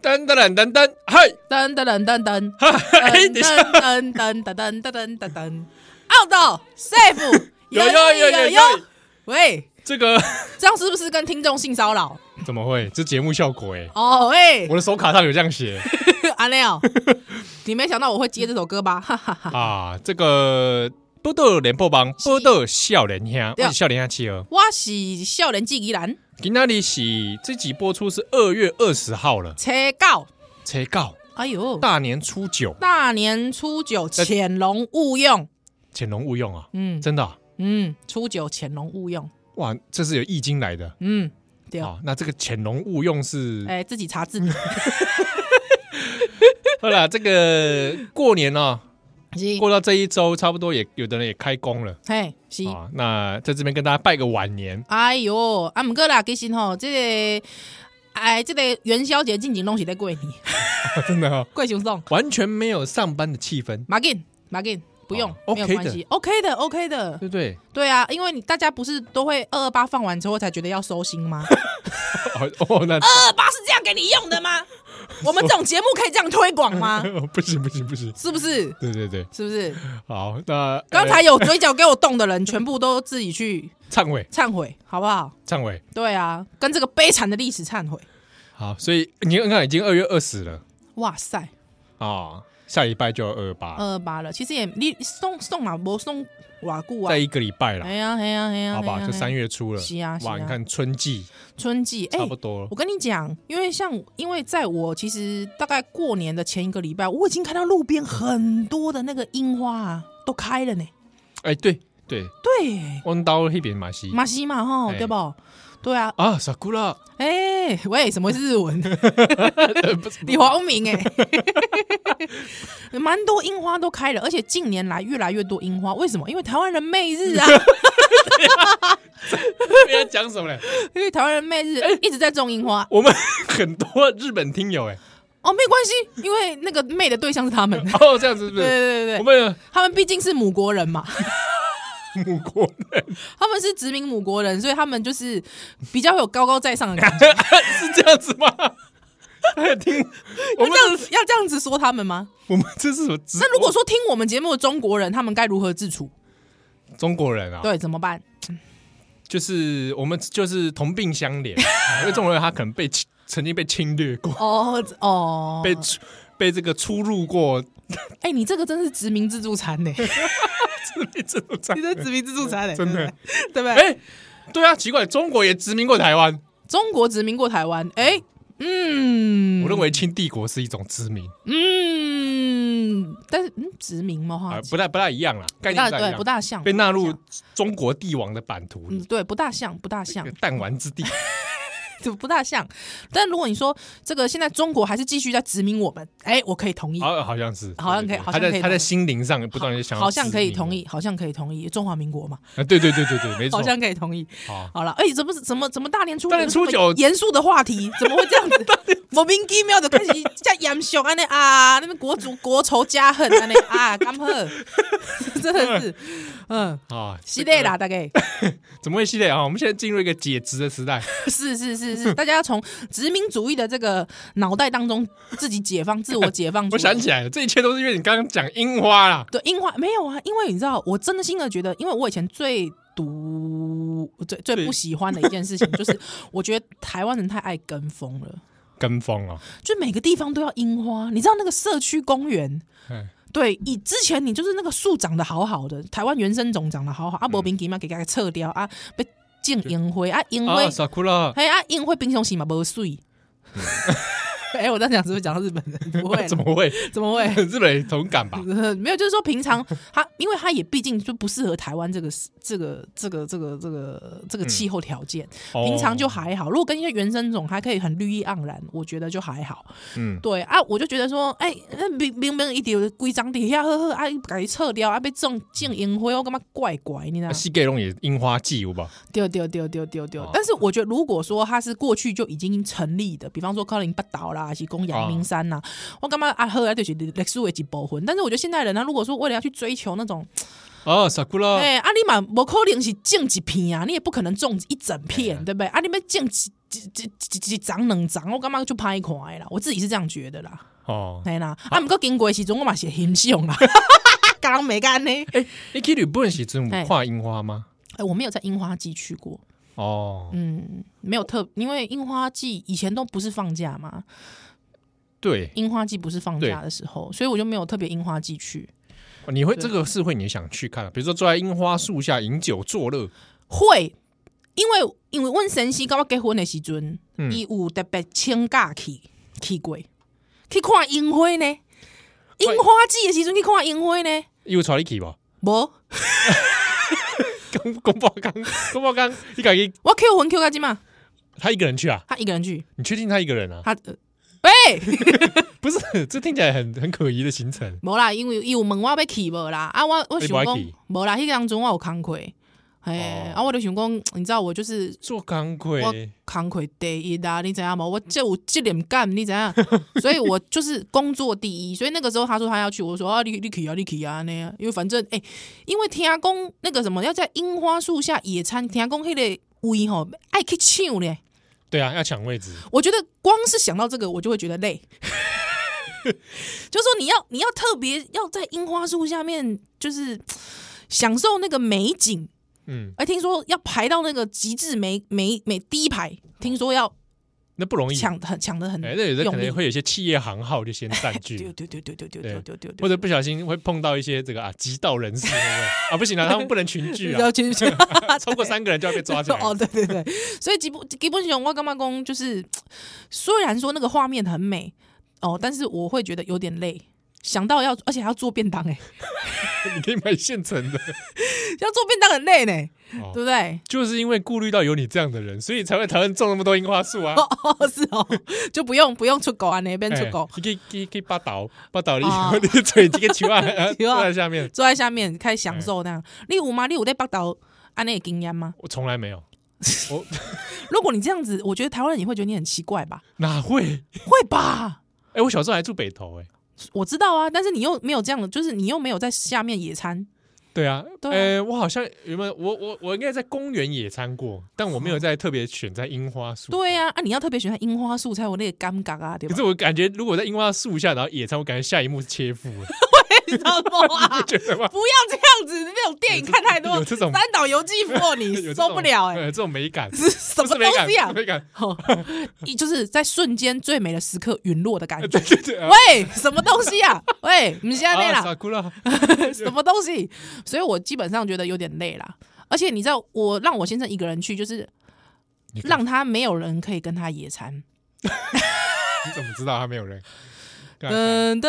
噔噔噔噔噔，嗨噔噔噔噔噔嗨，等一下，噔噔噔噔噔噔噔噔，out safe 有有有有有，喂，这个这样是不是跟听众性骚扰？怎么会？这节目效果哎，哦喂我，的手卡上有这样写阿廖，你没想到我会接这首歌吧？哈哈哈，啊，这个。波豆连波帮，波豆笑脸兄，我对是笑脸兄企鹅。我是少年纪依然，今天里是这集播出是二月二十号了，车告，才告哎呦，大年初九，大年初九潜龙勿用，潜龙勿用啊！嗯真的啊、嗯，初九潜龙勿用，哇，这是有易经来的嗯，对，啊。那这个潜龙勿用是，哎，自己查字典，好啦，这个过年啊，是过到这一周，差不多也有的人也开工了嘿，是。啊。那在这边跟大家拜个晚年，哎哟，啊，毋过啦，其实吼，这个，哎，这个元宵节进前拢是咧过年， 真的、哦，过想送，完全没有上班的气氛， 马紧马紧，不用，哦没有 OK 关系，OK 的，OK 的，对不对？对啊，因为你大家不是都会二二八放完之后才觉得要收 心吗？哦，哦那二二八是这样给你用的吗？ 我们这种节目可以这样推广 吗？哦不行不行不行，是不是？对对对，是不是？好，那刚呃才有嘴角给我动的人，全部都自己去忏悔忏悔，好不好？忏悔，对啊，跟这个悲惨的历史忏悔。好，所以你看已经二月二十了哇塞，啊、下礼拜就要二八，二二八了，其实也你送送嘛，无送瓦固啊在，一个礼拜啦哎，呀哎呀哎呀，好吧，嘿呀就三嘿呀月初了，是啊是哇，啊你看春季春季，哎差，不多了我跟你讲，因为像因为在我其实大概过年的前一个礼拜，我已经看到路边很多的那个樱花啊都开了呢，哎、对对，对，弯刀那边马西马西嘛吼，哎对不？对啊，啊，傻姑 啦，哎、喂，什么是日文？ 呃不是 李华明哎，蛮多樱花都开了，而且近年来越来越多樱花，为什么？因为台湾人媚日啊， 不要讲什么嘞，因为台湾人媚日哎一直在种樱花，我们 很多日本听友哎，哦，没关系，因为那个媚的对象是 他们。哦，这样子是不对是？对对我对，们他们毕竟是母国人嘛，有 母国人他们是殖民母国人，所以他们就是比较有高高在上的 感觉。是这样子吗？还有听 我要们嗯这样子，要这样子说他们吗？我们这是什么直？那如果说听我们节目的中国人，他们该如何自处？中国人啊，对，怎么办？就是我们就是同病相怜，啊 因为中国人他可能被侵曾经被侵略过，哦哦，被出被这个出入过， 哎、你这个真是殖民自助餐呢、被这种战你这殖民自助餐 呢、真的对不对，对不对？哎。对啊，奇怪，中国也殖民过台湾。中国殖民过台湾，哎、嗯，我认为清帝国是一种殖民，嗯，但是嗯，殖民嘛哈啊，，不太不太一样啦，概不念大不太一对，样不。大像被纳入不大像中国帝王的版图里嗯，，对，不大像，不大像，弹丸之地。 就不大像。但如果你说这个现在中国还是继续在殖民我们，哎，我可以同意，好，好像是，好像可对以对对好像他在可以他在同意心灵上不断的想，好像可以同意，。好像可以同意，中华民国嘛，啊，对对对对对，没错啊好。像可以同意。好，好了，哎，怎么怎么怎么大年初大年初这九么严肃的话题，怎么会这样子？莫名其妙的开始叫严肃安尼啊，那边国族国仇家恨安尼啊，干喝， 真的是，嗯，啊，系列啦，大概怎么会系列啊？我们现在进入一个解职的时代， 是是是是，大家要从殖民主义的这个脑袋当中自己解放、自我解放出我来。想起来了，这一切都是因为你刚刚讲樱花啦。对，樱花没有啊，因为你知道，我真的心的觉得，因为我以前最毒、最最不喜欢的一件 事情，就是我觉得台湾人太爱跟风了，跟风哦，就每个地方都要樱花。你知道那个社区公园，嗯对，以之前你就是那个树长得好好的，台湾原生种长得好好，啊，嗯莫名其妙给它撤掉啊，被禁樱花啊，樱花啊，，傻哭了，嘿啊，樱花冰箱洗嘛不碎。 哎、我在讲是不是讲到日本人？不会 啦，怎么会？怎么会？日本人同感吧？没有，就是说 平常它，因为它也毕竟就不适合台湾这个这个这个这个这个这个气候条件，哦 平常就还好。如果跟一些原生种还可以很绿意盎然，我觉得就还好。嗯，对啊，我就觉得说，哎、那明明明一丢规章底下呵呵，啊，把它撤掉啊，被种种樱花，我干嘛怪怪，你知道吗？西啊给龙也樱花季有吧？丢丢丢丢丢丢呃哦。但是我觉得，如果说它是过去就已经成立的，比方说高林八岛啦，还是攻阳明山啦，哦我干嘛啊喝啊就是历史的一部分。但是我觉得现代人呢、如果说为了要去追求那种哦，傻哭了，哎、啊，你嘛无可能是种一片啊，你也不可能种一整片，对不对？啊，你们种一几几几几长两长，我感觉就拍看的啦，我自己是这样觉得啦，哦，嘿啦，啊，毋过经过的时阵我嘛是很想啦，甲人袂干呢，哎，你去日本时阵嘿有看樱花吗？哎，我没有在樱花季去过，哦，嗯，没有特，因为樱花季以前都不是放假嘛，对，樱花季不是放假的时候，所以我就没有特别樱花季去。你会对这个是会你想去看啊的，比如说坐在樱花树下饮酒作乐，会，因为因为阮先生甲我结婚的时阵，嗯伊、有特别请假去去过，去看樱花呢。樱花季的时阵去看樱花呢，有带你去吧？无公公报刚，公报刚，你敢一我 Q 魂 Q 到即嘛，他一个人去啊？他一个人去，你确定他一个人啊？ 他呃喂， 不是，这听起来很很可疑的行程。无、啦，因为伊有问我要去无啦，啊我我你不想爱讲去无啦，迄个当中我有工课，嘿，哦啊我就想讲，你知道我就是做钢我盔，工课第一啊，你知影吗？我这有这点干，你知影？所以我就是工作第一。所以那个时候他说他要去，我说啊，你你去啊，你去啊那样。因为反正哎、因为听讲那个什么要在樱花树下野餐，听讲迄个位吼爱去抢咧。对啊，要抢位置，我觉得光是想到这个，我就会觉得累。 就说你要你要特别要在樱花树下面，就是享受那个美景，嗯，而听说要排到那个极致美美美第一排，听说要那不容易。抢很抢的很哎，那有的可用力能会有一些企业行号就先 占据丢，丢丢丢丢丢丢丢丢，或者不小心会碰到一些这个啊极道人士，对不对？啊，不行啊，他们不能群聚啊要，去去 超过三个人就要被抓起来。哦，对对对，所以基本基本上我干嘛讲就是，虽然说那个画面很美哦，但是我会觉得有点累。想到要，而且还要做便当哎、你可以买现成的， 要做便当很累呢、哦对不对？就是因为顾虑到有你这样的人，所以才会台湾种那么多樱花树啊。哦，是哦， 就不用不用出国啊，那边出哎国，你可以可以可以把倒把倒你哦你的嘴这个球啊，啊 球啊坐在下面，坐在下面开始哎享受那样。你有吗？你有在北岛安内经验吗？我从来没有，我 如果你这样子，我觉得台湾人也会觉得你很奇怪吧？哪会？会吧？哎，我小时候还住北投，哎，我知道啊，但是你又没有这样的，就是你又没有在下面野餐，对啊，对啊呃，我好像有没有我我我应该在公园野餐过，但我没有在特别选在樱花树。哦对呀、啊，你要特别喜欢樱花树才有那个尴尬啊，对可吧是？我感觉，如果在樱花树下，然后野餐，我感觉下一幕是切腹， 什么啊我？觉得哇，不要这样子， 那种电影看太多，有这种三岛由纪夫 有哦，你这受种不了哎、呃这种美感，是什不么是美感，东西不啊是？美感，哦一就是在瞬间最美的时刻陨落的感呃觉对。对对，啊喂，什么东西啊？ 喂，不是这样啦啊，，傻哭 了，什么东西？所以我基本上觉得有点累啦。而且你知道，我让我先生一个人去，就是你让他没有人可以跟他野餐。你怎么知道他没有人？啊呃跟他讲噔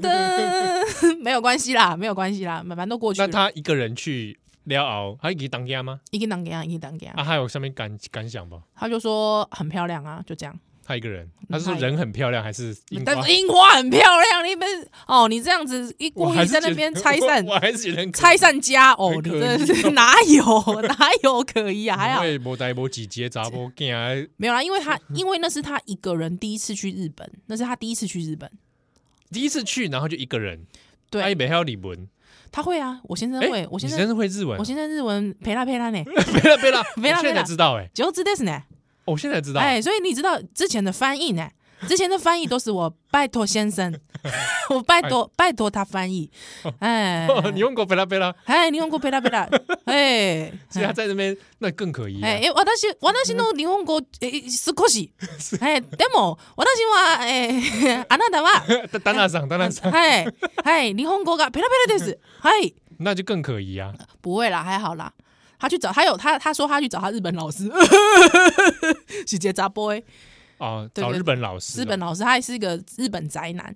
噔噔，没有关系啦，没有关系啦，慢慢都过去那了。他一个人去撩熬，他一起当家吗？一个当给他，一个当给他，啊，还有上面感感想吧？他就说很漂亮啊，就这样。他一个人，他是他说一个人很漂亮还是樱但花是？樱花很漂亮，你们哦，你这样子一我故还意是在那觉边得拆散我我还是觉得很可 拆散家哦，很你可真疑的是 哪有哪有可疑啊？还好因为无代无几节查某囝，啊没有啦，因为他因为那是他一个人第一次去日本，那是他第一次去日本。第一次去，然后就一个人，啊对他也没还有李文，他会啊，我先生诶会，我哎先你生真是会日文啊 我，先生日文陪啦陪啦呢，别了别了 没啦我现在才知道哎，就知道是呢。哦我现在才知道，哎，所以你知道之前的翻译呢？之前的翻译都是我拜托 先生，我拜托拜托他翻译。哎， 哦你用过贝拉贝拉，哎，你用过陪啦陪啦， 哎，所以他在那边那更可疑啊。哎、え私、私の日本語、え、少 し。え、でも、私は、 え、あなたは、当当然 上当然上，はい、はい、日本語がペラペラです。はい。那就更可疑啊！哎不会啦，还好啦。他去找，他有他，他说他去找他日本老师， 是结扎 boy，哦，呃对找对日本老师，日本老师，他还是一个日本宅男，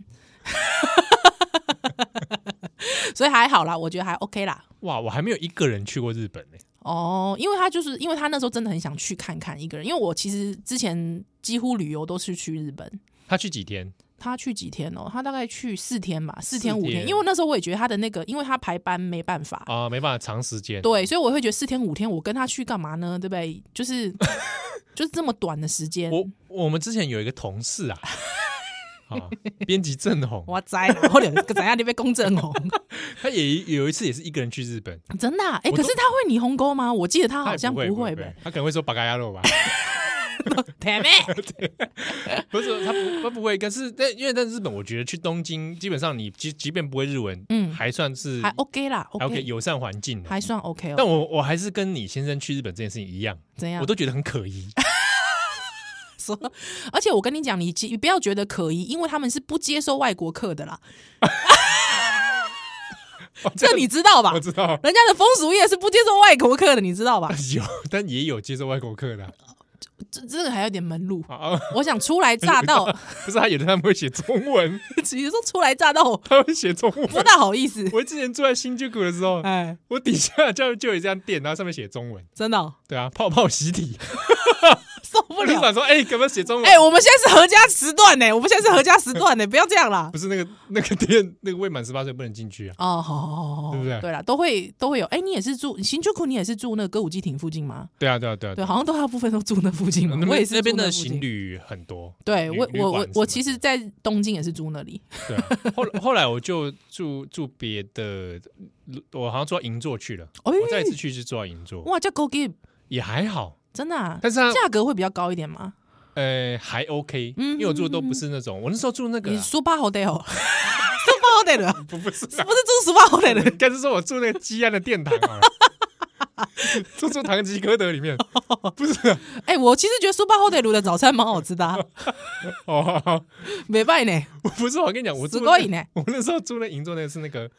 所以还好啦，我觉得还 OK 啦。哇，我还没有一个人去过日本呢。哦，因为他就是因为他那时候真的很想去看看一个人，因为我其实之前几乎旅游都是去日本，他去几天？他去几天哦？他大概去四天吧，四天四五天天。因为那时候我也觉得他的那个，因为他排班没办法，啊、没办法，长时间。对，所以我会觉得四天五天，我跟他去干嘛呢？对不对？就是 就是这么短的时间，我我们之前有一个同事 啊，啊，编辑郑红，我栽了，我两个怎样？你被公哦正红，他也有一次也是一个人去日本，真的啊、我哎、可都是他会霓虹沟吗？我记得他他也好像不会不会呗。， 他可能会说巴嘎亚肉吧， damn it！不是他不他不会，可是但因为在日本，我觉得去东京基本上你即即便不会日文，嗯还算是还 OK 啦还 OK ，OK，友善环境的。还算 OK 但哦。我我还是跟你先生去日本这件事情一样，怎样我？都觉得很可疑。说，而且我跟你讲，你你不要觉得可疑，因为他们是不接受外国客的 啦， 这你知道吧我？知道人家的风俗业是不接受外国客的，你知道吧？有，但也有接受外国客的啊这这个还有点门路。啊，啊我想初来 乍到，不是他有的他们会写中 文，其实说初来乍到，我他会写中文。不大好意思。 我之前住在新居谷的时候，哎，我底下就就有一家店，然后上面写中文，真的哦、对啊，泡泡习体。受不我就了。想说，哎，可不可以写中文哎、？我们现在是合家时段呢、我们现在是合家时段呢、不要这样啦不。是那个那个店， 那个未满十八岁不能进去啊。哦，好好好好好，对不对对啦，都会都会有。哎、你也是住新竹库，你也是住那个歌舞伎町附近吗？对啊，对啊，对啊。对，好像都大部分都住那附近嘛那。我也边是那边住的附行近。旅很多，对旅我旅我馆我什么我的其实，在东京也是住那里。对 啊、后来后来我就住住别的，我好像住到银座去了。哎、我再一次去是住到银座，哇，叫 Go Give，也还好，真的、啊，但是它价格会比较高一点吗？呃还 OK，嗯因为我住的都不是那种，我那时候住那个你啊、苏巴 hotel，苏 巴 hotel 啊不不是啊、 不是住苏巴 hotel 的 应该是说我住那个基安的殿堂 啊，住住堂吉诃德里面，不是啊、哎、我其实觉得苏巴 hotel 的早餐蛮好吃 的、啊，哦，没败呢。不是， 我跟你讲，我す住那ごいね我那时候住那银座那个是那个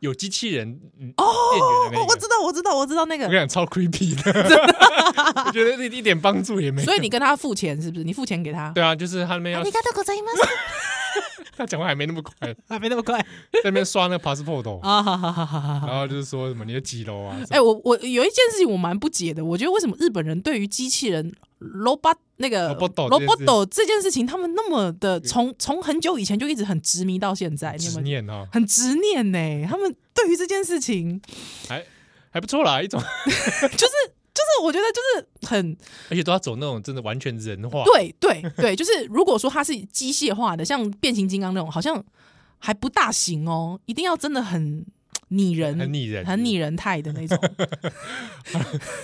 有机器人哦，店员的那我个我知道，我知道，我知道那我个跟你。讲，超 creepy 的， 我觉得一一点帮助也没有。所以你跟他付钱是不是？你付钱给他？对啊，就是他那边要你看他狗在吗？ 他讲话还没那么快，在啊，没那么快那边刷那个 passport，哦啊！哈哈哈哈哈哈！然后就是说什么你的几 楼啊？什么哎，我我有一件事情我蛮不解的，我觉得为什么日本人对于机器人 robot 那个 Roboto 这件事 robot 这件事情，他们那么的从从很久以前就一直很执迷到现在，你执们念啊，很执念呢？他们对于这件事情，还还不错啦，一种， 就是就是我觉得就是很而且都要走那种真的完全人化，对对对，就是如果说它是机械化的，像变形金刚那种，好像还不大行哦，一定要真的很拟人，很拟人很拟人态的那种，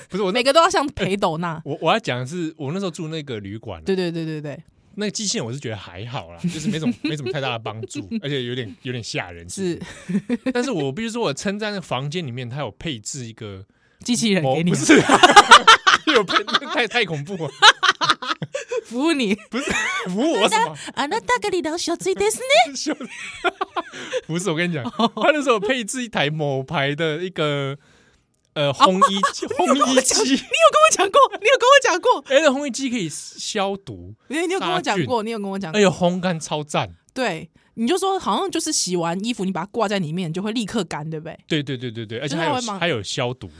不是我那。每个都要像 裴斗娜我我要讲的是，我那时候住那个旅馆，啊对对对对对，那个机器人我是觉得还好啦，就是没什么没什么太大的帮 助，而且有点有点吓人。是但是我必须说，我称赞那个房间里面它有配置一个机器人某给你不是有配太太恐怖了，服务你。不是服务我什么？啊，那大概你当小最ですね。笑死不是，我跟你讲，他那时候有配置一台某牌的一个呃烘衣机烘衣机，你有哦跟我讲过，你有跟我讲过，哎哎，那烘衣机可以消毒，你你有跟我杀讲菌过，你有跟我讲哎过。呦烘干超赞，对，你就说好像就是洗完衣服，你把它挂在里面，就会立刻干，对不对？对对对对对，而且真的还有会吗还有消毒，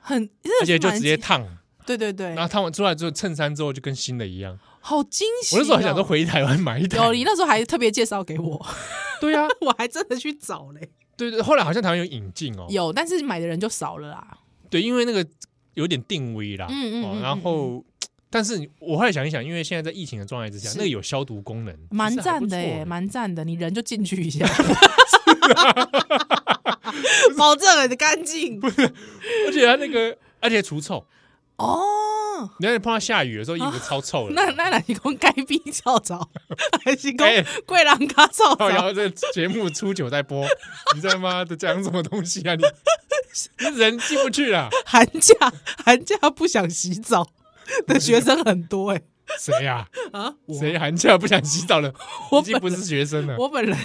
很，而且就直接真的是蛮烫。对对对然，后烫完出来之后，衬衫之后就跟新的一样。好惊喜哦。我那时候还想说 回台湾买一台，有，你那时候还特别介绍给我，对啊， 我还真的去找嘞。对对，后来好像台湾有引进哦，有，但是买的人就少了啦。对，因为那个有点定位啦，嗯嗯哦嗯然后。但是我后来想一想，因为现在在疫情的状态之下，是那个有消毒功能，蛮赞的耶耶，！蛮赞的，你人就进去 一下，啊 保证很 干净而且它那个，而且除臭，哦。你看你碰到下雨的时候，衣服超臭的。啊 那那哪是讲该逼臭澡， 还是讲哎哦贵人家臭靠澡？腰这节目初九在 播，你在妈的讲什么东西啊？你你人进不去啦，寒假寒假不想洗澡 的学生很多哎谁呀、啊！我谁寒假不想洗澡了？ 我已经不是学生了，我本人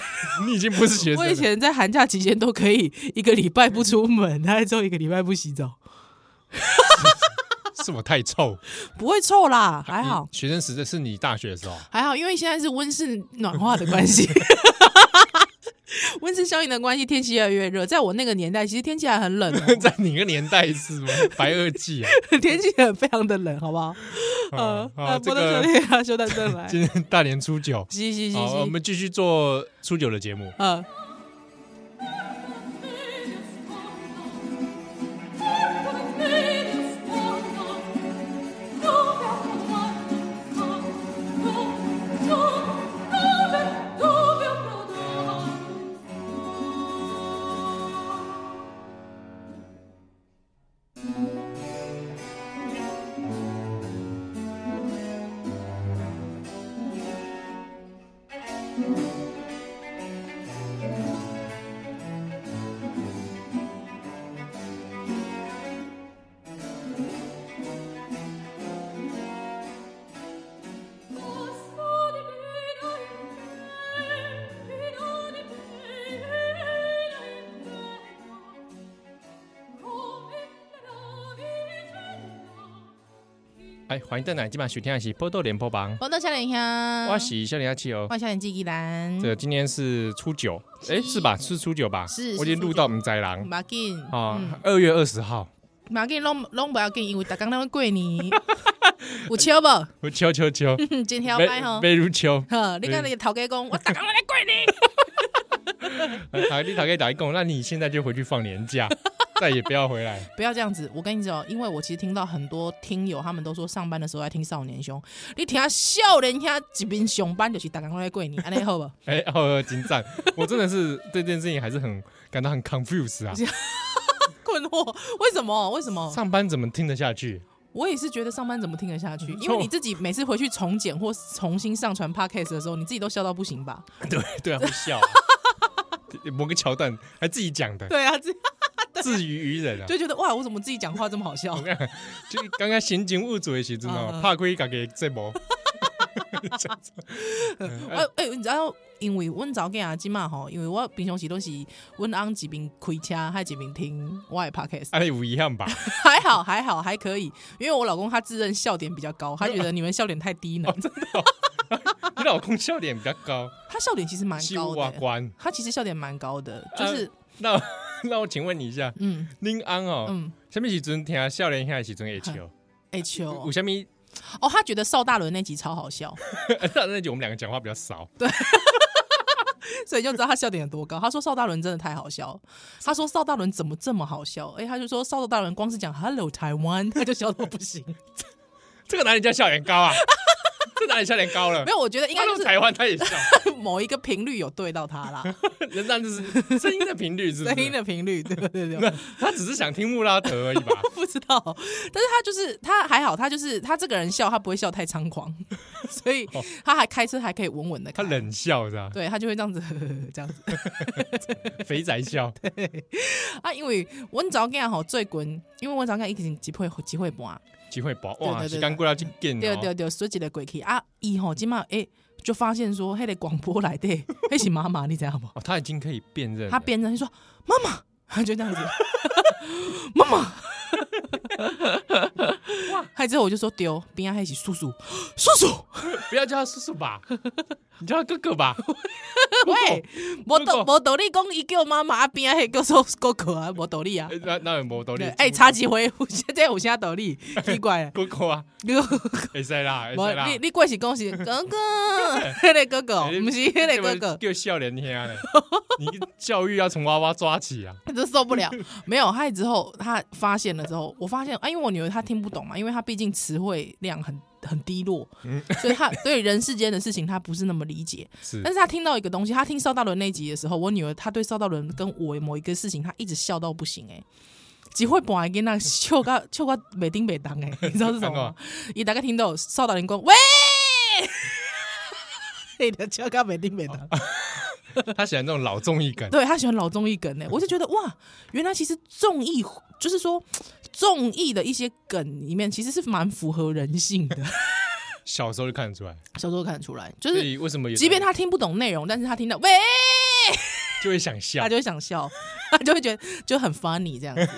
你已经不是学生我以了。前在寒假期间都可以一个礼拜不出门，大概只有一个礼拜不洗澡，是我太臭，不会 臭啦，嗯还好你。学生时代是你大学的时候，啊还好，因为现在是温室暖化的 关系，温室效应的关系，天气越来越热。在我那个年代，其实天气还很冷、 哦，在你个年代是 吗？白垩纪啊。天气很非常的冷，好不好？呃，哦好，那这波多个兄弟 啊，修蛋正来， 今天大年初 九，嘻嘻嘻好，我嘻，们继续做初九的节目。呃，哎，欢迎邓奶，今晚收听的是《波多连波帮》，我到夏莲香，我是笑脸阿七哦我。是夏莲记忆兰，这今天是初九，哎，是吧？是初九吧？是是嗯我已经录到我们宅不狼要紧嗯啊，二月二十号，不要紧，拢拢不要紧，因为大家拢过 年，有笑无？我秋秋秋， 嗯今天要拜吼没，没如秋。呵，你看那个头家讲，我大家拢来过年，好，呃你打给打一工，那你现在就回去放年 假，再也不要回来。不要这样子。我跟你讲，因为我其实听到很多听友他们都说，上班的时候在听少年兄，你听少年兄一边上班就是大家拢来过年，安尼 好不？哎、哦，金赞，我真的是对这件事情还是很感到很 confused 啊。困惑，为什么？为什么？上班怎么听得下 去？我也是觉得上班怎么听得下去？因为你自己每次回去重剪或重新上传 podcast 的时候，你自己都笑到不行吧？对对啊，会笑、啊。 某个桥段还自己讲的，对啊，这自娱于人啊。就觉得哇，我怎么自己讲话这么 好笑？就刚刚行警误主的时候嗯哦，嗯怕亏家给这波。哎哎、你知道，因为阮早囝阿即嘛吼，因为我平常时都是阮翁一边开车，还一边听我的 podcast，哎，有遗憾吧？ 还好还好还可以，因为我老公他自认笑点比较高， 他觉得你们笑点太低了哦，，真的哦、你老公笑点比较高，他笑点其实蛮西高屋啊呃的，关。他其实笑点蛮高的，就是、那那我请问你一下，嗯您安哦，嗯，什么时阵听笑脸下时阵会 笑？哎、球有什么？ 哦，他觉得邵大伦那集超好笑， 那集我们两个讲话比较少，所以就知道他笑点有多高。他说邵大伦真的太好笑了，他说邵大伦怎么这么好笑？哎、他就说邵大伦光是讲 Hello 台湾，他就笑到不行。这个哪里叫笑脸高 啊？这哪里笑脸高了没？有，我觉得应该他就到台湾他也笑， 是 某一个频率有对到他啦，人家就是声音的频率是不声音是？的频率，对对 对对，他只是想听穆拉德而 已 吧？不知道。但是他就是他还好，他就是他这个人笑，他不会笑太猖狂， 所以他还开车还可以稳稳的哦他开。冷笑是吧？对他就会这样子，呵 呵呵这样子肥宅 笑，啊，因为阮早囝吼最近，因为阮早囝已经一会一会半，机会薄对对哇，对时间过了真紧对对哦。对，说一个过去啊，伊吼即嘛诶，就发现说，迄、个广播来的，迄是妈妈，你知道吗？哦，他已经可以辨认了，他变成说妈妈， 他就这样子，妈妈。 还之后我就说丢，边啊，一起叔叔， 叔 叔，不要叫他叔叔 吧，你叫他哥哥吧。喂，无道如无道理讲伊叫妈妈，啊边啊迄叫叔哥 哥啊，无道理啊哎。那那有没有道理对？哎，差几回，现在有啥道理？奇怪 了，哥哥啊，你会使啦， 会无使啦。你你过是讲是 哥哥， 迄个哥哥，哎毋是迄个哥哥。叫笑脸兄 嘞，你教育要从娃娃抓起啊。他真受不了。没有，他之后他发现了之后，我发现啊，因为我女儿她听不懂嘛，因为她毕竟词汇量很很低落， 所以她对人世间的事情她不是那么理解。是但是她听到一个东西，她听邵大伦那集的时候，我女儿她对邵大伦跟我某一个事情，她一直笑到不行哎、欸。只会把跟那笑到笑到北丁北当哎，你知道是什么吗？你大概听到邵大伦讲喂， 你的笑到北丁北当，他喜欢这种老综艺感，对他喜欢老综艺梗呢、欸我就觉得哇，原来其实综艺就是说综艺的一些梗里面其实是蛮符合人性的， 小时候就看得出来。小时候看得出来，就所是以为什么有的即便他听不懂内容，但是他听到喂，就会想笑他就会想笑，他就会觉得就很 funny 这样子。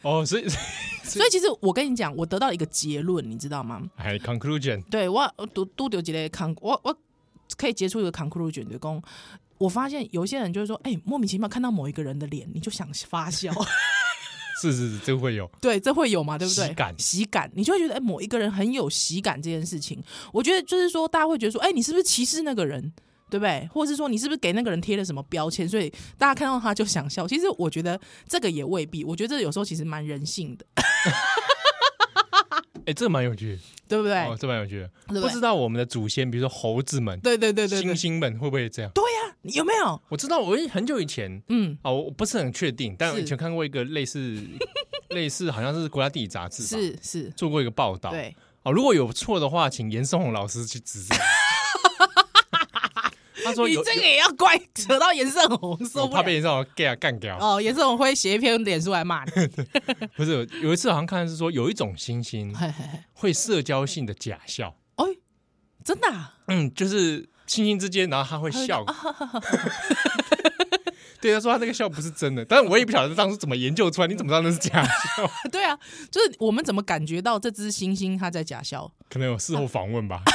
哦？所以 所以其实我跟你讲，我得到一个结论，你知道吗？哎，conclusion 对我我读读到一个 con，我我可以结出一个 conclusion 就讲，我发现有一些人就是说，哎、莫名其妙看到某一个人的脸，你就想发笑。是是是，这会有对，这会有嘛？对不对？喜感喜感，你就会觉得，哎、某一个人很有喜感这件事情，我觉得就是说，大家会觉得说，哎、你是不是歧视那个人，对不对？或者是说，你是不是给那个人贴了什么标签，所以大家看到他就想笑？其实我觉得这个也未必，我觉得这有时候其实蛮人性的，哎，这蛮有趣的对不对？哦，这蛮有趣的。对不不对知？道我们的祖先，比如说猴子们、对对对对猩对，猩们，会不会这样？你有没有？我知道，我很久以前嗯，哦，我不是很确定，但我是以前看过一个类 似类似，好像是国家地理杂志吧是是，做过一个报道。对，哦，如果有错的话，请严松宏老师去指 正。他说你有这个也要怪扯到颜色红，受我不了怕。被严松宏 gay 干掉。哦，颜色红会写一篇脸出来骂你，不是有一次好像看是说有一种猩猩嘿嘿嘿会社交性的假笑，哎，真的、啊， 嗯，就是猩猩之间，然后他会笑，对，他说他那个笑不是真的，但是我也不晓得当初怎么研究出来，你怎么知道那是假笑？ 对啊，就是我们怎么感觉到这只猩猩它在假笑？可能有事后访问吧。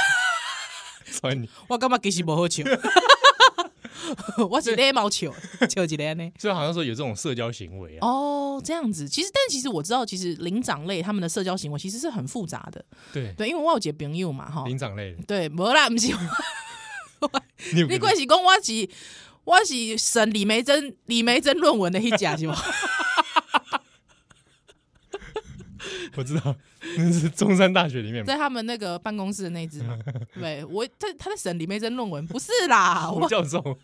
所以你，我干嘛其实不好笑？ 我是礼貌笑，笑一个呢。所以好像说有这种社交行为啊，哦，这样子，其实但其实我知道，其实灵长类他们的社交行为其实是很复杂的，对，对，因哦为我有一个朋友嘛，哈，灵长类的，对，无啦，不是我，你有你跟过是讲我是我是审李梅珍李梅珍论文的迄家是 吗？我知道，那是中山大学里面嘛，在他们那个办公室的那只嘛，对我他他在审李梅珍论文，不是啦，胡我教授，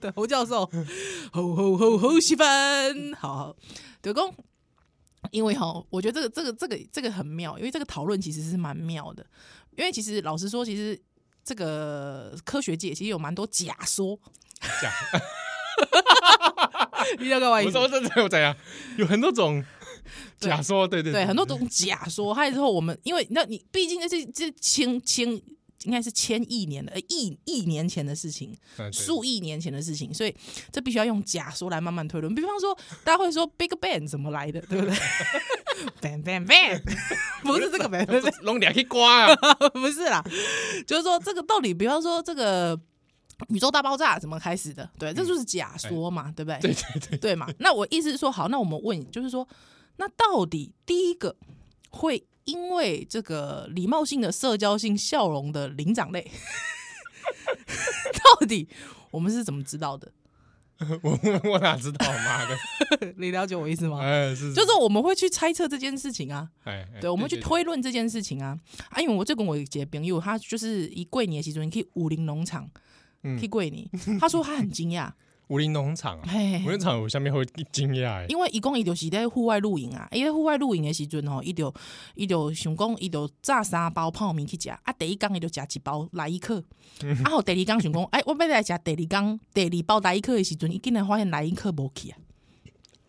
的侯教授， 侯侯侯侯西芬，好好，德公。因为哈，我觉得这个这个这个这个很妙，因为这个讨论其实是蛮妙的。因为其实老实说，其实这个科学界其实有蛮多假说，假你知道我我意思说这这我怎样？有很多种对假说，对对对，很多种假说。还有之后我们，因为那你毕竟这是这千千应该是千亿年的呃亿亿年前的事情，嗯对数亿年前的事情，所以这必须要用假说来慢慢推论。比方说，大家会说 Big Bang 怎么来的，对不 对？Bang Bang Bang，不 是这个 Bang，这弄俩去刮 啊，不是啦，就是说这个道理。比方说这个宇宙大爆炸怎么开始的，对，这就是假说嘛，对不嗯对？对对对，对嘛？那我意思是说，好，那我们问，就是说，那到底第一个会因为这个礼貌性的社交性笑容的灵长类， 到底我们是怎么知道的？ 我我哪知道，妈的，你了解我意思吗？哎是，就是我们会去猜测这件事情啊，哎，哎对，我们去，推论这件事情啊。啊，因为我这跟我一个朋友，他就是一过年的时候去武林农场嗯去过年，他说他很惊讶， 武林农场啊，嘿，武林农场我下面会惊讶哎，哎因为伊讲伊就是在户外露营啊，伊在户外露营的时阵吼，伊就伊就想讲，伊就炸三包泡面去食，啊，第一工伊就食一包来一克，啊，后第二工想讲，哎，我要来食第二工第二包来一克的时阵，伊竟然发现来一克无去啊，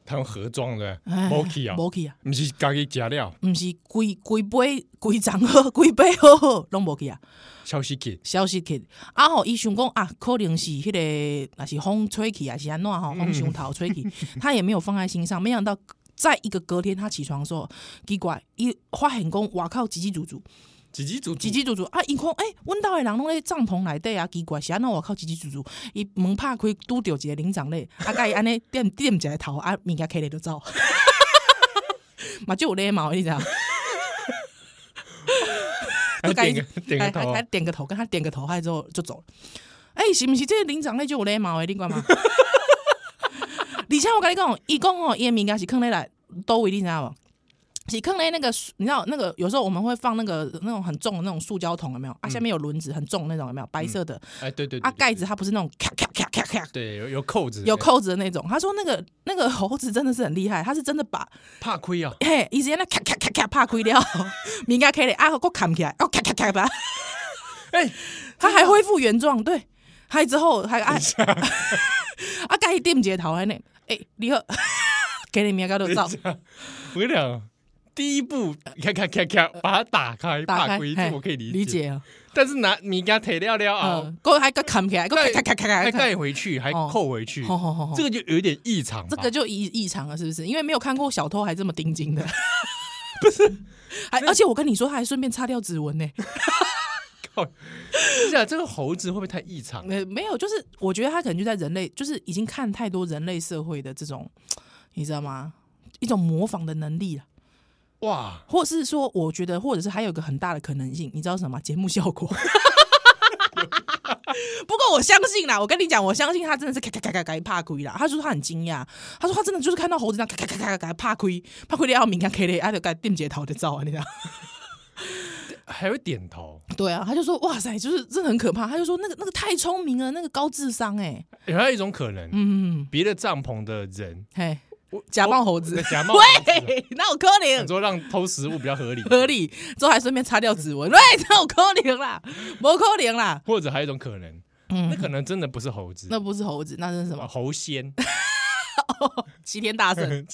他们盒装的哎 m o k 啊，无去啊，不是家己加料，毋是规规杯规张好，规杯好好拢无去啊，消息去，消失去。啊吼，伊想讲啊，可能是迄、个，若是风吹去，还是安怎吼，风伤头吹去，他也没有放在心上。没想到，在一个隔天他起床的时候，奇怪，伊发现讲，哇靠，叽叽组组，几几组叽叽组组啊！伊看，诶、阮兜的人拢咧帐篷内底啊，奇怪，是安怎哇靠，叽叽组组，伊门拍开，拄着一个灵长类，啊，甲伊安尼点点一个头，啊，物件起来就走，嘛就有礼貌，你知道。 还改点个点个头还还啊，点个头，跟他点个头，还之后就走了。哎、是不是这个领长那就有礼貌的，你 管吗？而且我跟你讲，伊讲哦，伊的物件是放在来都位，你知道无？是放在那个塑，你知道那个有时候我们会放那个那种很重的那种塑胶桶，有没有？啊，下面有轮子，很重的那种，有没有？白色的，哎对嗯对，对啊，盖，子它不是那种咔咔咔咔咔。对对有有扣子，有哎扣子的那种，他说那个那个猴子真的是很厉害，他是真的把怕亏啊，嘿，伊是安尼咔咔咔咔拍开了， 物件开咧，啊，佮砍起来，哦，咔咔 咔吧，哎他还恢复原状，对，还之后还啊等一下， 啊，甲伊点一个头安尼，诶、你好， 给你名叫都等走一， 下我跟你讲。第一步，咔咔咔咔，把它打开，打怕开，亏，嘿这我可以理理解。解啊，但是拿米给它提料料啊，嗯，佮还佮砍起来，佮咔咔咔咔还咔，盖回去，还哦扣回去，好好好好，这个就有点异常吧。这个就异异常了，是不是？因为没有看过小偷还这么盯紧的，不是？ 还而且我跟你说，他还顺便擦掉指纹呢、靠，不是啊，这个猴子会不会太异常？呃，没有，就是我觉得他可能就在人类，就是已经看太多人类社会的这种，你知道吗？一种模仿的能力了，哇，或是说，我觉得，或者是还有一个很大的可能性，你知道什么吗？节目效果。 不过我相信啦，我跟你讲，我相信他真的是咔咔咔咔咔怕亏啦。他说他很惊讶，他说他真的就是看到猴子那样咔咔咔咔咔怕亏，怕亏的要敏感 K 嘞，他就该定节头的照啊，你知道。还会点头， 对啊，他就说哇塞，就是真的很可怕。他就说那个那个太聪明了，那个高智商哎、有还有一种可能，嗯，别的帐篷的人嘿我，假扮猴子在，假冒猴子啊， 喂，那有可想 能说让偷食物比较合理，合。理，之后还顺便擦掉指纹，喂， 那有可能啦，没可能啦，或者还有一种可能，那嗯，可能真的不是猴子，那不是猴子，那是什啊么？猴仙齐天大 圣。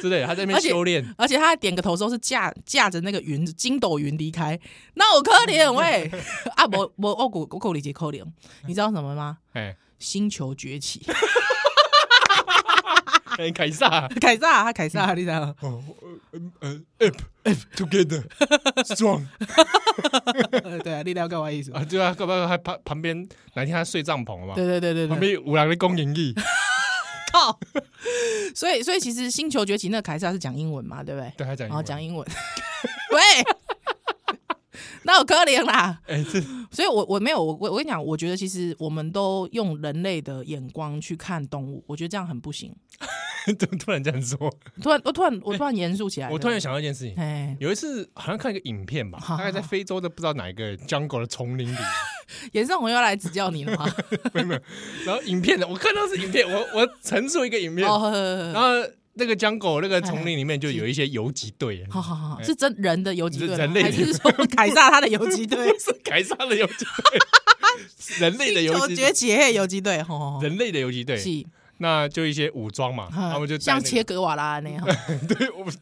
之类的，他在那边而且修炼，而且他还点个头之后是架架着那个云筋斗云离开，那有可 能喂啊！我我我我我口里杰可能，你知道什么吗？哎，星球崛起，啊哎，凯撒， 凯撒，他凯撒，你知道吗？哦，呃呃呃，app app together strong 呃对啊，你了解我的意思 吧？啊，对啊，搞不好还旁旁边哪天他睡帐篷了嘛？对对对对旁对，边有人在讲英 语，靠！ 所以所以其实《星球崛起》那个凯撒是讲英文嘛，对不对？对他讲然英后文，哦讲英文，喂，那有可怜啦。哎，这 所以我，我没有我我我跟你讲，我觉得其实我们都用人类的眼光去看动物，我觉得这样很不行。怎么突然这样说？突然，我突然我突然严肃起来了，我突然想到一件事情，哎，有一次好像看一个影片吧，好大概在非洲的不知道哪一个 jungle 的丛林里，严正红要来指教你了吗？然后影片的我看到是影片，我 我陈述一个影片，哦，呵呵然呵后那个 jungle 那个丛林里面就有一些游击队，好好好，哎是真人的游击队吗，人人类的还是说凯撒他的游击队？是 凯撒的游击 队，人类的游星球击崛队，起嘿游击队，吼吼吼人类的游击队，是，嗯那就一些武装嘛，他们就在那像个切格瓦拉那样。 对，我们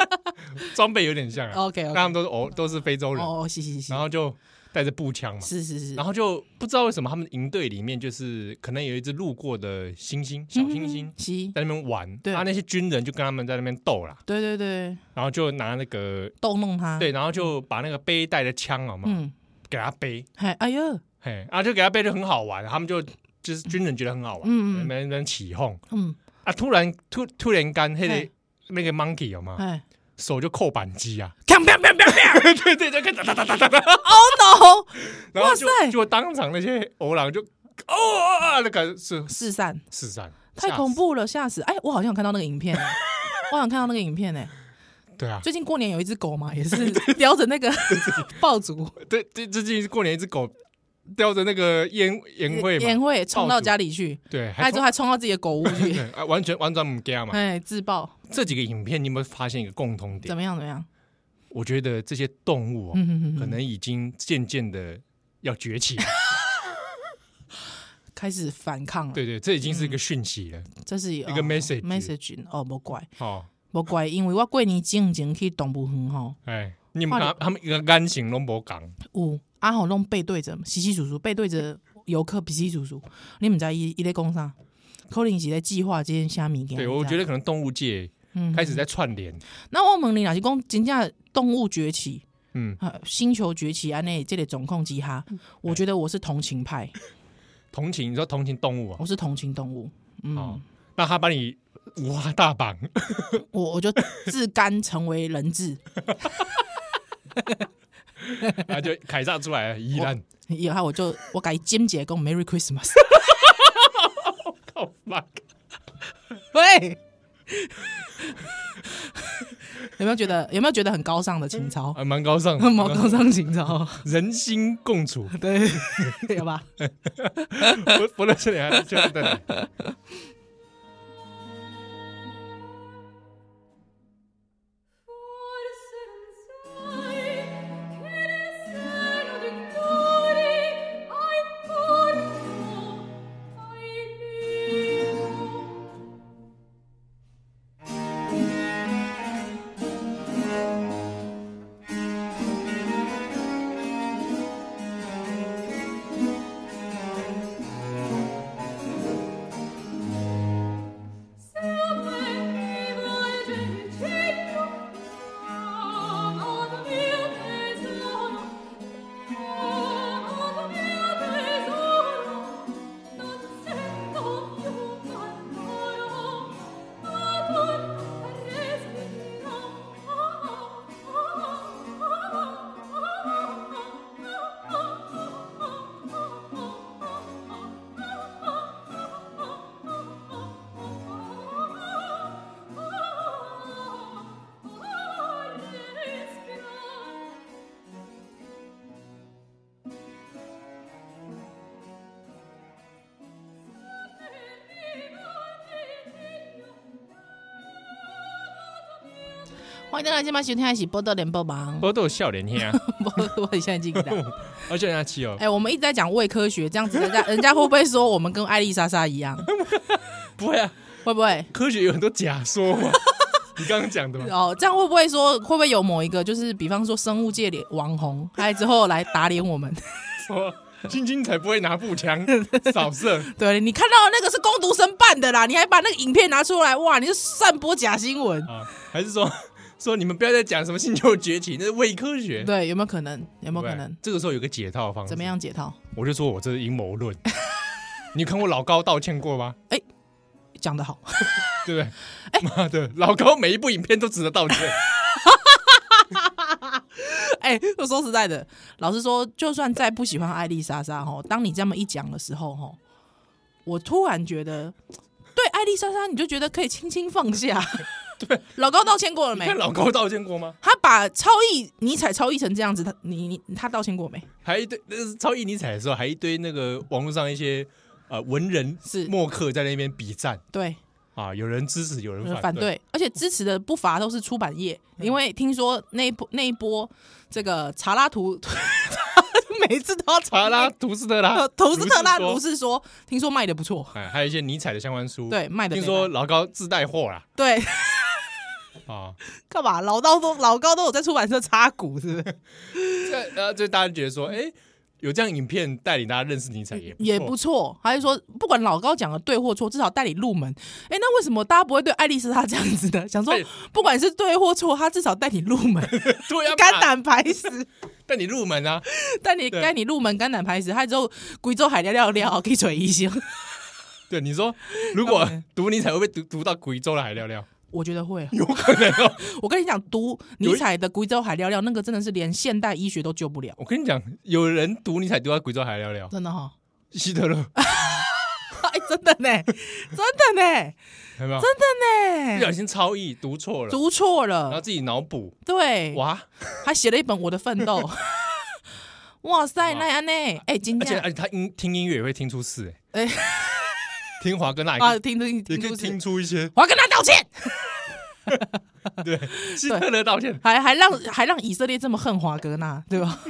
装备有点像啊， OK 那 OK，他们都是哦都是非洲人，哦，是是是然，后就带着步枪嘛，是是是然，后就不知道为什么他们营队里面就是可能有一只路过的猩猩，小猩猩。是，在那边玩，嗯对啊，那些军人就跟他们在那边斗啦，对对对，然后就拿那个逗弄他，，对，然后就把那个背带的枪好嘛，啊嗯，给他背，嘿，哎呦，嘿，啊，就给他背就很好玩，他们就就是军人觉得很好玩，嗯嗯没人起哄嗯，啊，突然突突然间，那个嘿那个 monkey 有吗？哎，手就扣扳机啊，砰砰砰砰 砰，对对，就看哒哒哒哒哒，哦 no，然后就哇塞就当场那些欧郎就哦啊，那个是四散，四散，太恐怖了，吓死！哎，我好像有看到那个影 片欸，我好像看到那个影片呢。吓死，对啊，最近过年有一只狗嘛，也 是叼着那个 爆竹对，最最近过年一只狗叼着那个烟烟灰烟嘛，会冲到家里去，对，还哎，之后还冲到自己的狗屋去， 对啊，完全完全不惊嘛。哎，自爆，这几个影片你有没有发现一个共通怎点？么样？怎么样？我觉得这些动物哦，嗯嗯可嗯，能已经渐渐的要崛 起了。开始反抗了，对对，这已经是一个讯息了。这是一哦一个 message message 哦，无怪，哦，无怪，因为我过年进前去动物园吼，哎，你们看他们一个干型拢无讲，有啊吼拢背对着，稀稀疏疏背对着游客，稀稀疏疏，你毋知伊伊咧讲啥，可能是咧计划这件虾物件。对我觉得可能动物界嗯开始在串联。那我问你，若是讲真正动物崛起、嗯，啊，星球崛起安内这个总控之下，我觉得我是同情派，同情，你说同情动物啊我？是同情动物。嗯，哦，那他把你五花大绑， 我我就自甘成为人质，啊，就凯撒出来了，依 然以后我就我改金姐跟 Merry Christmas。 靠 fuck，喂， 有没有觉得有没有觉得很高尚的情 操？还啊蛮高尚的， 很高尚情操，人心共处。 对，有吧？不不论是哪样，就是在 哪里。欢迎大家今晚收听的是《波多连播忙 不》，过都有笑脸 呀，我很现在记得。而且人家气哦哎、，我们一直在讲伪科学，这样子人家人家会不会说我们跟艾丽莎莎一样？不会啊，会不会？科学有很多假说 嘛，你刚刚讲的嘛，哦，这样会不会说会不会有某一个就是比方说生物界的网红，还之后来打脸我们？ 说晶晶才不会拿步枪扫射。对你看到那个是攻读生办的啦，你还把那个影片拿出来，哇，你是散播假新闻。啊，还是说说你们不要再讲什么星球崛起，那是伪科学，对对，有没有可能？有没不有对可能？这个时候有个解套方式，怎么？样解套？我就说我这是阴谋 论。你看过老高道歉过吗？讲得好，对不对？妈的，老高每一部影片都值得道歉。哎、我说实在的，老实说，就算再不喜欢艾丽莎莎哈，当你这么一讲的时候哈，我突然觉得，对艾丽莎莎，你就觉得可以轻轻 放下。对，老高道歉过了你 没看？老高道歉过吗？他把超译尼采超译成这样子，他你你他道歉过没？还一堆那是超印尼彩的时候，还一堆那个网络上一些呃文人是墨客在那边比赞对，啊，有人支持，有人反对。嗯对，而且支持的不乏都是出版业，因为听说那一波那一波这个查拉图， 每次都要查拉图斯特拉呃，图斯特拉如如是是说，听说卖的不错，说，哎，还有一些尼采的相关书。，对，卖的听说老高自带货啦对。啊，干嘛？老高都老高都有在出版社插股，是不是？这 然后就大家觉得说，哎，有这样影片带领大家认识尼采也 也不不错错。还是说，不管老高讲的对或错，至少带你入门。哎、那为什么大家不会对爱丽丝她这样子 呢？想说哎，不管是对或错，她至少带你入 门，对啊，肝胆排 石，带你入门 啊，带你对带你入门，肝胆排石。还之后贵州海聊聊聊，可以锤一星，对，你说如果读尼采会不会读读到贵州的海料料？ 我觉得会。啊有可能哦。我跟你讲，读有一尼采的《贵州海聊聊》，那个真的是连现代医学都救不了， 我跟你讲，有人读尼采读到贵州海料 料，真的哈、希特勒啊哎、真的呢，真的呢，有没有？真 不的小呢，心超译读错了，读错然后了，自己脑补，对，哇！还写了一本《我的奋斗》。 哇塞，那安呢？哎，今而且天而且他音听音乐也会听出事，哎哎，听华哥那也可啊，以听听也听可以故听事，出一些我要跟他道歉， 对希特勒道歉。还还让还让以色列这么恨华格纳，对吧？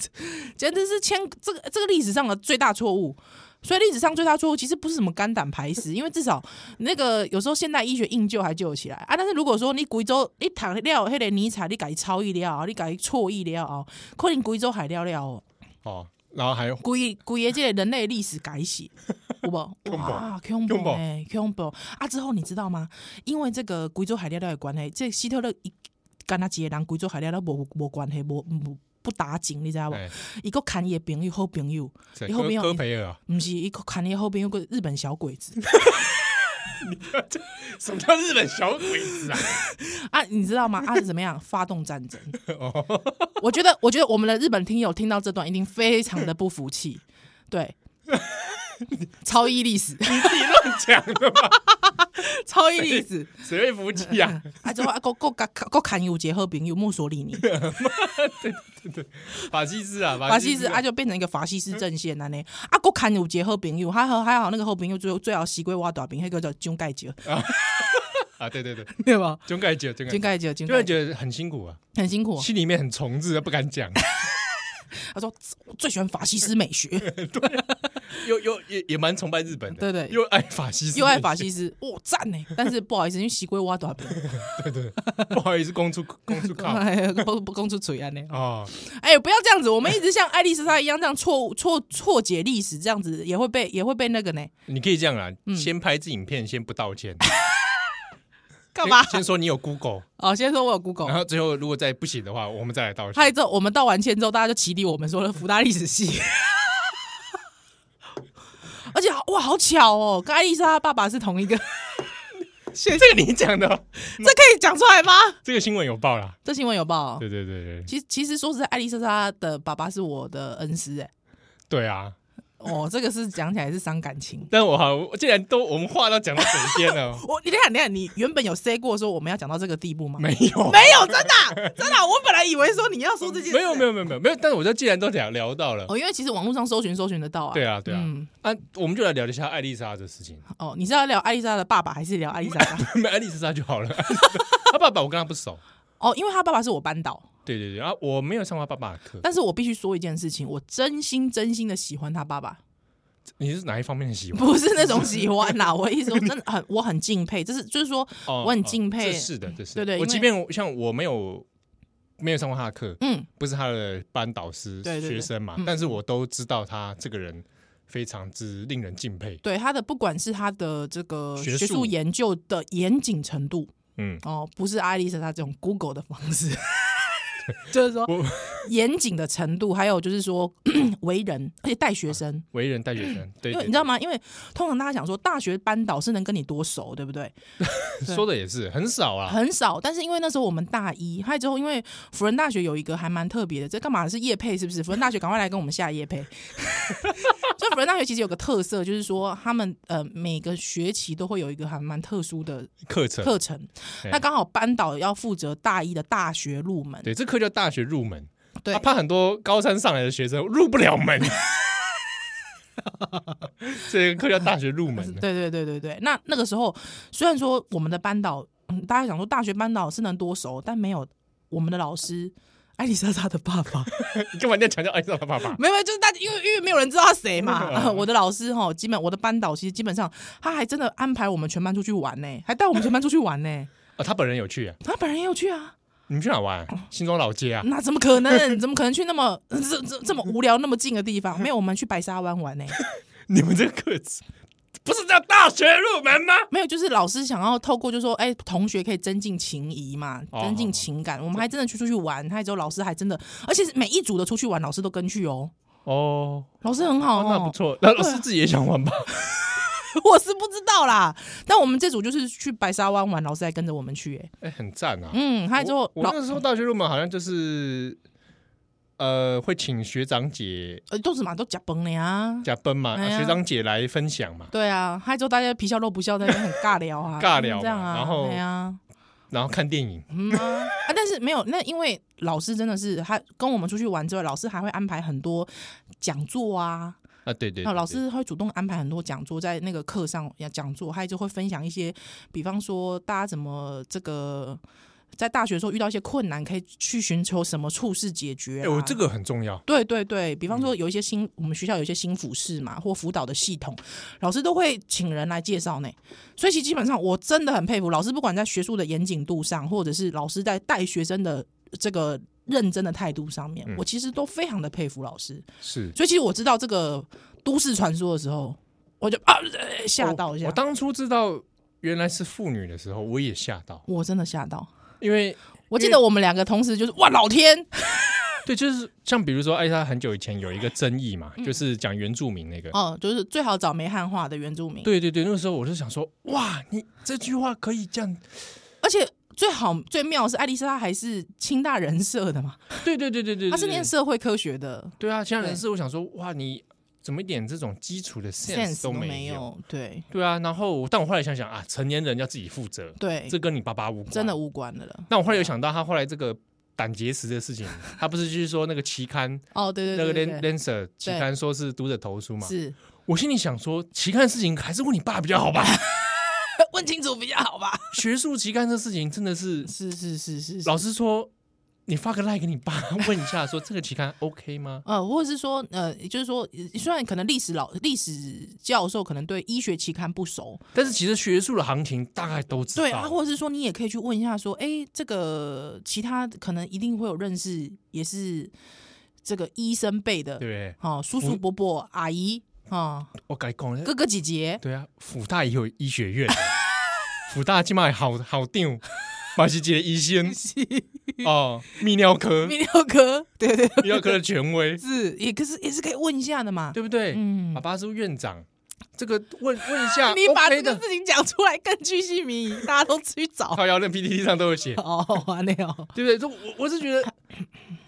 简直是千这个这个历史上的最大错误。所以历史上最大错误其实不是什么肝胆排石，因为至少那个有时候现代医学硬救还救得起来啊。但是如果说你贵州你躺料黑的尼采，你改超意料，你改错意料哦，可能贵州海料料哦。哦，然后还有规规个这个人类历史改写，有无？ 恐怖哇，恐恐怖怖哎，恐怖啊！之后你知道吗？因为这个贵州海钓钓的关系，这希特勒一跟他一个人贵州海钓钓无无关系，无无不打紧，你知道无？哎，伊个牵伊朋友好朋友，谁以后戈没有戈培尔啊，毋是伊个牵伊好朋友个日本小鬼子 什么叫日本小鬼子啊？啊，你知道吗？啊，怎么样发动战争？ 哦，我觉得，我觉得我们的日本听友听到这段一定非常的不服气，对。 超一历史， 你自己乱讲的吧？超一历史，谁会服气啊？ 啊，之后啊，够够够够砍有结好朋友墨索里尼，法西斯 啊，法西斯啊，啊，就变成一个法西斯阵线安尼。啊，够砍有结好朋友，还好还好，那个好朋友最后最后西瓜挖大饼，那个叫蒋介石，啊，对对对，对吧？中盖姐，中盖蒋介石，蒋就会介石觉得很辛苦啊，很辛苦。哦心里面很从字，不敢 讲，他说我最喜欢法西斯美学，又又也也蛮崇拜日本的，对对又爱法西斯，又爱法，西斯，哇赞呢！但是不好意思，因为西瓜挖大饼， 对对，对 不好意思， 公出公出靠哎 不不供出嘴安尼。哦，哎，不要这样子，我们一直像爱丽丝莎一样这样错误错错解历史，这样子也会被也会被那个呢？你可以这样啦，先拍自影片，先不道歉，干嘛先？先说你有 Google，哦，先说我有 Google 然。后最后如果再不行的话，我们再来道歉。嗨，之后我们道完歉之后，大家就起立，我们说了福大历史系。 而且好哇，好巧哦，跟艾丽莎她爸爸是同 一个，这个你讲的哦，这可以讲出来吗？这个新闻有报啦，这新闻有报。哦对对对对其实其实说实在，艾丽莎莎的爸爸是我的恩师哎、对啊！哦，这个是讲起来是伤感情。，但我好，既然都我们话都讲到嘴边了我你等一下等一下，你原本有 say 过说我们要讲到这个地步吗？没有 没有，真的啊真的，我本来以为说你要说这件 事，没有没有有没有没有没有，但是我就既然都聊聊到了，哦，因为其实网络上搜寻搜寻得到啊。对啊对啊嗯，啊，我们就来聊一下艾丽莎的事 情。哦，你是要聊艾丽莎的爸爸还是聊艾丽莎莎？没艾丽莎莎就 好了。他爸爸我跟他不熟，哦，因为他爸爸是我班导。对对对啊，我没有上他爸爸的课。但是我必须说一件事情，我真心真心的喜欢他爸爸，你是哪一方面的喜 欢？不是那 种喜欢啦。我的意思说，真的很，我很敬佩，就是就是说，哦我很敬佩这是的，这是的对对因为我即便我像我没有没有上过他的课，嗯，不是他的班导师、对嗯对对学生嘛，但是我都知道他这个人非常之令人敬佩。对他的不管是他的这个学术学术研究的严谨程度，嗯，哦，不是爱丽丝她这种 Google 的方式， 就是说我严谨的程度，还有就是说为人，而且带学生。为人带学生，对，嗯因对为你知道吗？因为通常大家想说，大学班导师能跟你多熟，对不对？对说的也是很少啊，很少。但是因为那时候我们大一，还有之后，因为辅仁大学有一个还蛮特别的，这干嘛是叶配是不是？辅仁大学赶快来跟我们下叶配。 所以辅仁大学其实有个特色，就是说他们呃每个学期都会有一个还蛮特殊的课程课程。对那刚好班导要负责大一的大学入门，对，这课叫大学入门。对他怕很多高三上来的学生入不了门。 这个课叫大学入 门，对对对对对。那那个时候虽然说我们的班导，嗯大家想说大学班导是能多熟，但没有我们的老师。艾丽莎莎的爸爸你干嘛一定要强调爱上他爸 爸？没有，没有就是大家因为因为没有人知道他 谁嘛。呃我的老师哈，基本我的班导其实基本上他还真的安排我们全班出去玩呢，还带我们全班出去玩呢。啊，他本人有去啊，他本人也有去啊，你们去哪玩？嗯新庄老街啊？那怎么 可能？怎么可能去那么这这这么无聊那么近的地方？没有，我们去白沙湾玩呢。你们这个课程不是叫大学入门吗？没有，就是老师想要透过，就说，哎、同学可以增进情谊嘛，哦增进情感。我们还真的去出去玩，还之后老师还真的，而且是每一组的出去玩，老师都跟去哦。哦，老师很好、哦哦那不错，那老师自己也想玩吧？ 我是不知道啦。但我们这组就是去白沙湾玩，老师还跟着我们去、哎，哎，很赞啊！嗯，还之后我我老那时候大学入门好像就是，呃，会请学长姐呃都是嘛都假崩了呀，加奔嘛，哎啊呀学长姐来分享嘛，对啊，还之后大家皮笑肉不笑，在那边很尬聊 啊，尬聊嘛这样啊，然后对啊。然后看电影。嗯啊 啊，但是没有那，因为老师真的是他跟我们出去玩之外，老师还会安排很多讲座啊，啊，对对，那对老对师会主动安排很多讲座在那个课上要讲座，还有就会分享一些，比方说大家怎么这个在大学的时候遇到一些困难，可以去寻求什么处事解决、啊。哎，我这个很重要。对对对，比嗯方说有一些新，我们学校有一些新辅室嘛，或辅导的系统，老师都会请人来介绍呢。所以其实基本上我真的很佩服老师，不管在学术的严谨度上，或者是老师在带学生的这个认真的态度上嗯面，我其实都非常的佩服老师。是所以其实我知道这个都市传说的时候，我就啊呃吓到我。一下我，当初知道原来是妇女的时候，我也吓到，我真的吓到。因 为我记得我们两个同时就是哇老天，对，就是像比如说，艾莎很久以前有一个争议嗯嘛，就是讲原住民那个。哦，就是最好找没汉化的原住民，对对对，那个时候我就想说，哇，你这句话可以这样，而且最好最妙的是艾丽莎她还是清大人社的嘛，对对对对对，她啊是对念社会科学的对啊，其他人对是我想说，哇，你怎么一点这种基础的 sense sense 都没没？有，对对啊，然后我但我后来想想啊，成年人要自己负责，对，这跟你爸爸无关，真的。无关的了。那我后来有想到，他后来这个胆结石的事 情，他不是就是说那个期刊哦，对那对个对对 Lan- 对， Lancer 期刊说是读者投诉嘛，是我心里想说，期刊的事情还是问你爸比较好 吧。问清楚比较好吧？学术期刊的事情真的是，是是是是是老实说，你发个 like 给你爸，问一下说这个期刊 OK 吗？呃，或者是说，呃，也就是说，呃虽然可能历史老历史教授可能对医学期刊不熟，但是其实学术的行情大概都知道，对啊，或者是说你也可以去问一下，说，哎、这个其他可能一定会有认识，也是这个医生辈的对不，对？哦，叔叔伯伯、阿姨啊、我改讲 哥哥姐姐，对啊，辅大也有医学院， 辅大起码好好定，马西杰医 生哦，泌尿科，泌 尿科，对对泌尿科的权威，是，也可是也是可以问一下的嘛。对不对？嗯爸爸是院长，这个问问一下 你把 OK 这个的，事情讲出来更居心民疑，大家都去找。靠腰那 PPT 上都有写，哦，完了 哦，对不对？这我我是觉 得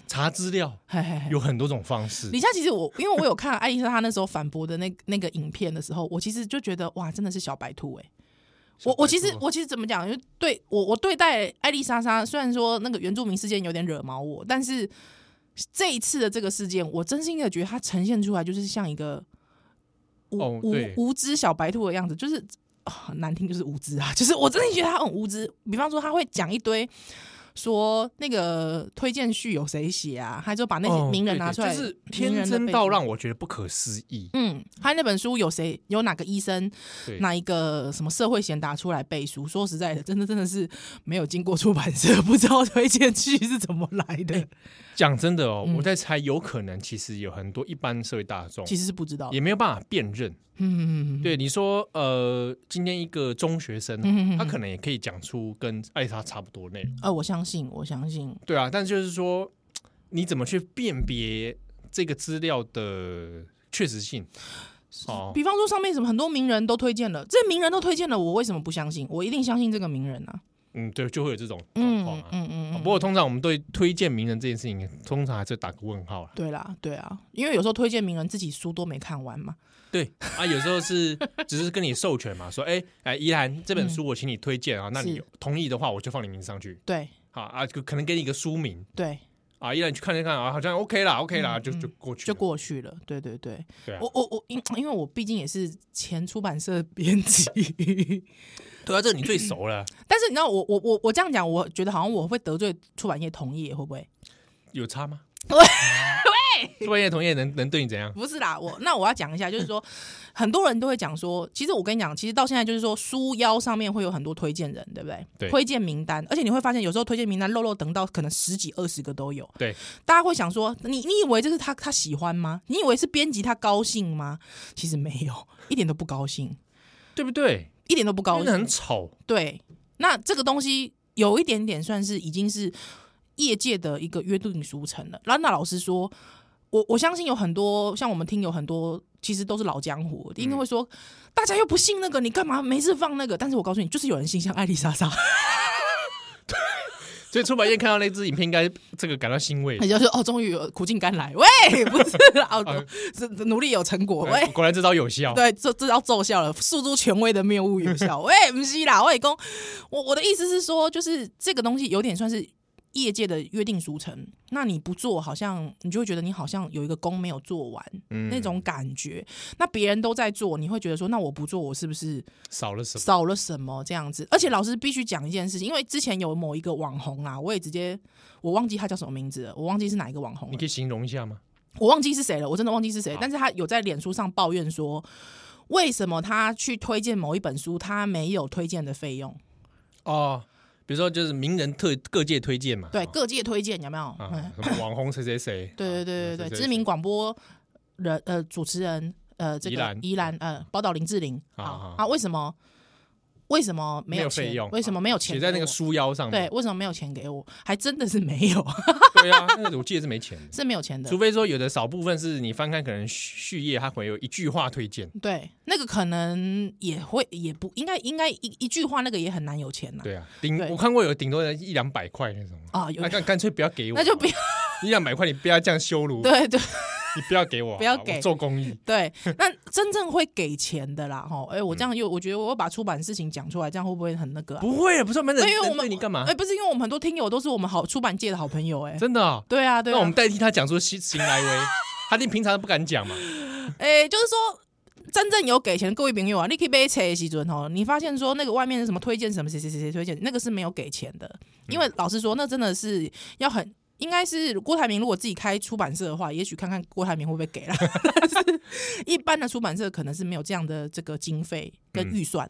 查资料嘿嘿嘿有很多种方式李，佳其实我因为我有看艾丽莎她那时候反驳的那那个影片的时候，我其实就觉得哇，真的是小白兔哎、我我其实我其实怎么讲，就对我我对待艾丽莎莎，虽然说那个原住民事件有点惹毛我，但是这一次的这个事件，我真心的觉得它呈现出来就是像一个无、哦无对无知小白兔的样子，哦 就是、啊很难听就是无知啊，就是我真的觉得他很无知。比方说他会讲一堆说那个推荐序有谁写啊，还就把那些名人拿出来，哦对对就是名天人的真背到景让我觉得不可思议。嗯，他那本书有谁有哪个医生，对，哪一个什么社会贤达出来背书？说实在的，真的真的是没有经过出版社， 不知道推荐序是怎么来的，讲真的哦，嗯我在猜，有可能其实有很多一般社会大众其实是不知道的也。没有办法辨认。嗯，嗯嗯嗯对，你说呃，今天一个中学生哦嗯嗯，嗯他可能也可以讲出跟艾莎差不多内容。呃，我相信，我相信，对啊，但就是说，你怎么去辨别这个资料的确实性？哦，比方说上面什么很多名人都推荐了，这名人都推荐了，我为什么不相信？我一定相信这个名人啊！嗯，对，就会有这种状嗯况嗯啊。嗯嗯哦嗯，不过通常我们对推荐名人这件事情，通常还是打个问号啦。对啦，对啊，因为有时候推荐名人自己书都没看完嘛。对啊，有时候是 只是跟你授权嘛，说哎哎，依兰这本书我请你推荐啊，那你是同意的话，我就放你名字上去。对好啊，就可能给你一个书名对，啊，依兰你去看一看啊，好像 OK 啦，OK 啦，嗯就嗯就过去了就过去了。对对对，对啊我，我我因因为我毕竟也是前出版社编辑，对啊，这个你最熟了，但是你知道我我我我这样讲，我觉得好像我会得罪出版业同业，会不会？有差吗？喂 喂，专业同业能能对你怎样？不是啦，我那我要讲一下，就是说，很多人都会讲说，其实我跟你讲，其实到现在就是说，书腰上面会有很多推荐人，对不对？对推荐名单，而且你会发现有时候推荐名单漏漏等到可能十几二十个都有。对，大家会想说，你你以为这是他他喜欢吗？你以为是编辑他高兴吗？其实没有，一点都不高兴，对不对？一点都不高真的很兴。丑，对，那这个东西有一点点算是已经是业界的一个约定俗成了。兰娜老师说，我我相信有很多像我们听有很多其实都是老江湖，一定会说、大家又不信那个，你干嘛没事放那个？但是我告诉你，就是有人信像艾丽莎 莎，所以出版业看到那支影片，应该这个感到欣慰 也。就是哦，终于有苦尽甘来，喂，不是 啊，哦是努力有成果，喂哎。果然这招有效。对，这这要奏效了，诉诸权威的谬误有 效。喂，不是啦，外公，我我的意思是说，就是这个东西有点算是业界的约定俗成。那你不做，好像你就会觉得你好像有一个功没有做完、嗯那种感觉。那别人都在做，你会觉得说，那我不做，我是不是少了什么？少了什么这样子？而且老师必须讲一件事情，因为之前有某一个网红啦，我也直接我忘记他叫什么名字了，我忘记是哪一个网红你了可，以形容一下吗？我忘记是谁了，我真的忘记是谁好。但是他有在脸书上抱怨说，为什么他去推荐某一本书，他没有推荐的费用？哦，比如说就是名人特各界推荐嘛，对，哦各界推荐有没有？嗯啊，什么网红谁谁 谁，对对啊对对谁谁对，谁知名广播人呃主持人呃这宜个兰宜兰呃宝岛林志玲啊啊好啊，为什么为什么没没有有费钱用？为什么没有钱写给我？在那个书腰上对，面。为什么没有钱给我？还真的是没有，对啊， 那个我记得是没钱的，是没有钱的除。非说有的少部分是你翻看可能序页，它会有一句话推荐。对，那个可能也会也不应该应该一一句话那个也很难有钱呐。对啊，顶对我看过有顶多人一两百块那种，啊，有那干干脆不要给我，那就不要一两百块，你不要这样羞 辱，对 对你不要给我，不要好吧我给做公益。对，那真正会给钱的啦，哈，哎，我这样又我觉得我又把出版事情讲出来，这样会不会很那个、啊？不会，不是没人，因为我人对们你干嘛哎，？不是因为我们很多听友都是我们好出版界的好朋友、哎， 真的啊，对啊，对那我们啊，代替他讲出新新来威， 他一定平常都不敢讲嘛。哎，就是说。真正有给钱的各位朋友啊，你可以被车的时准哦。你发现说那个外面是什么推荐什么谁谁谁谁推荐，那个是没有给钱的，因为老实说，那真的是要很应该是郭台铭如果自己开出版社的话，也许看看郭台铭会不会给啦。但是一般的出版社可能是没有这样的这个经费跟预算。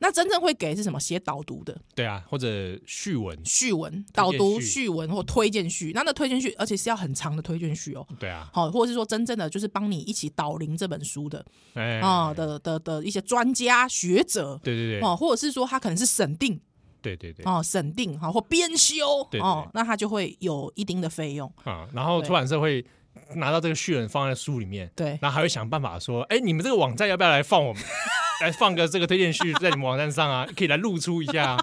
那真正会给是什么？写导读的对啊，或者序文，序文、导读序序文或推荐序，那那推荐序，而且是要很长的推荐序哦。对啊，好，或者是说真正的就是帮你一起导聆这本书的哎啊、的的的一些专家学者对对对，哦，或者是说他可能是审定对对对哦，审定哈或编修对对哦对，那他就会有一定的费用。啊，然后对出版社会拿到这个序文放在书里面，对然后还会想办法说，哎，你们这个网站要不要来放 我们，来放个这个推荐序在你们网站上啊，可以来露出一下啊。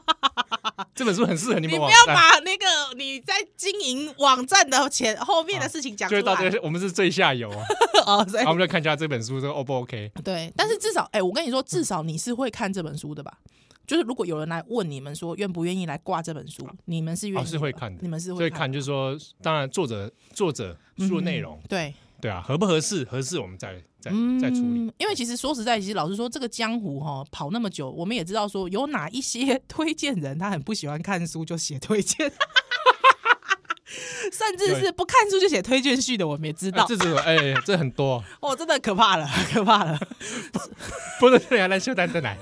这本书很适合你你们不网要站，把那个你在经营网站的前后面的事情讲出啊就会来到这个，我们是最下游啊。哦，所以然后我们就看一下这本书这个 O 不 OK？ 对，但是至少，哎、我跟你说，至少你是会看这本书的吧？就是如果有人来问你们说愿不愿意来挂这本书，你们是愿意、哦是会看的你们是所会嗯以看就是说，当然作者作者书的内容，对，对啊，合不合适合适我们再再再处理。嗯，因为其实说实在，其实老实说，这个江湖哈、跑那么 久，我们也知道说有哪一些推荐人他很不喜欢看书就写推荐， 甚至是不看书就写推荐序的，我们也知道啊。这这哎，这很多， 哦，真的可怕了，可怕了。不能这样来修蛋蛋奶。